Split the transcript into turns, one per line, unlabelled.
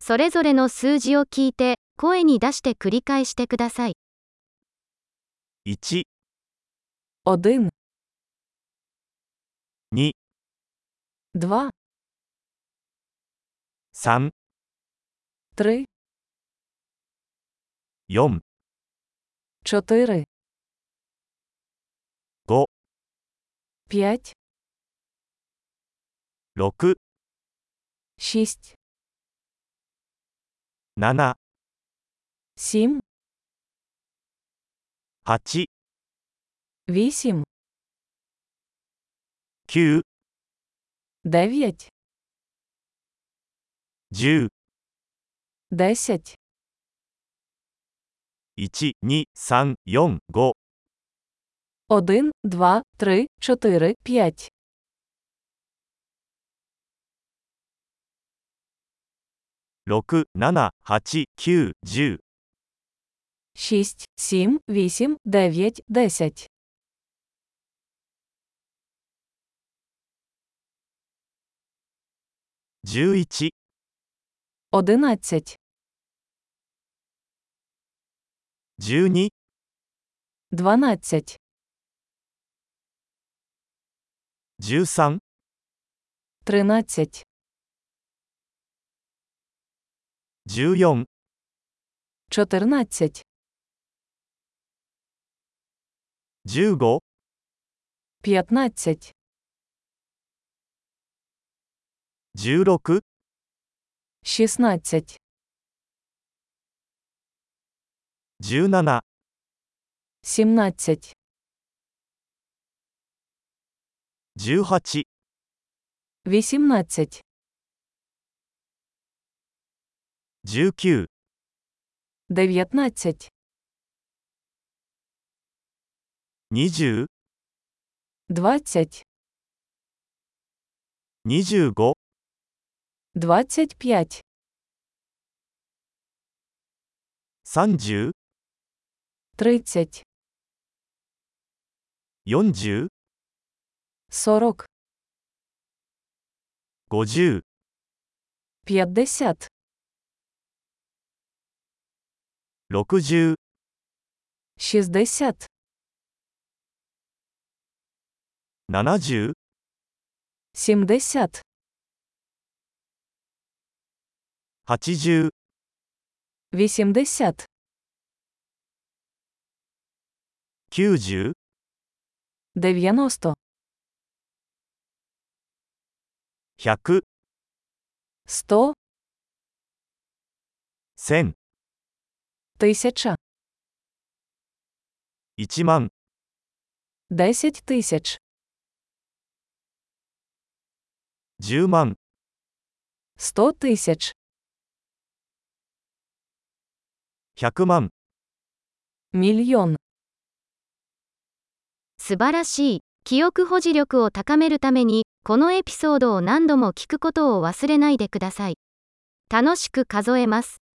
それぞれの数字を聞いて、声に出して繰り返してください。
1、2、
1, 2,
3、
3,
4、
4,
5、
5,
6、
6,
7、
7,
8、
8,
9、
9,
10、
10,
1、2、3、4、5、
1, 2, 3, 4, 5,
6、7、8、9、10、
6, 7, 8, 9, 10,
11、
11,
12、13、
12, 13,
14、
14,
15、
15,
16、
16,
17、
17,
18、
18,
19、
19,
20、
20,
25、
25,
30、
30,
40、
40,
50、
50,
60、
60,
70、
70,
80、
80,
90、
90,
100、
100,
1000、
1000,
1万、
10 тисяч,
10万、
100 тисяч,
100万、
мільйон.
素晴らしい。記憶保持力を高めるために、このエピソードを何度も聞くことを忘れないでください。楽しく数えます。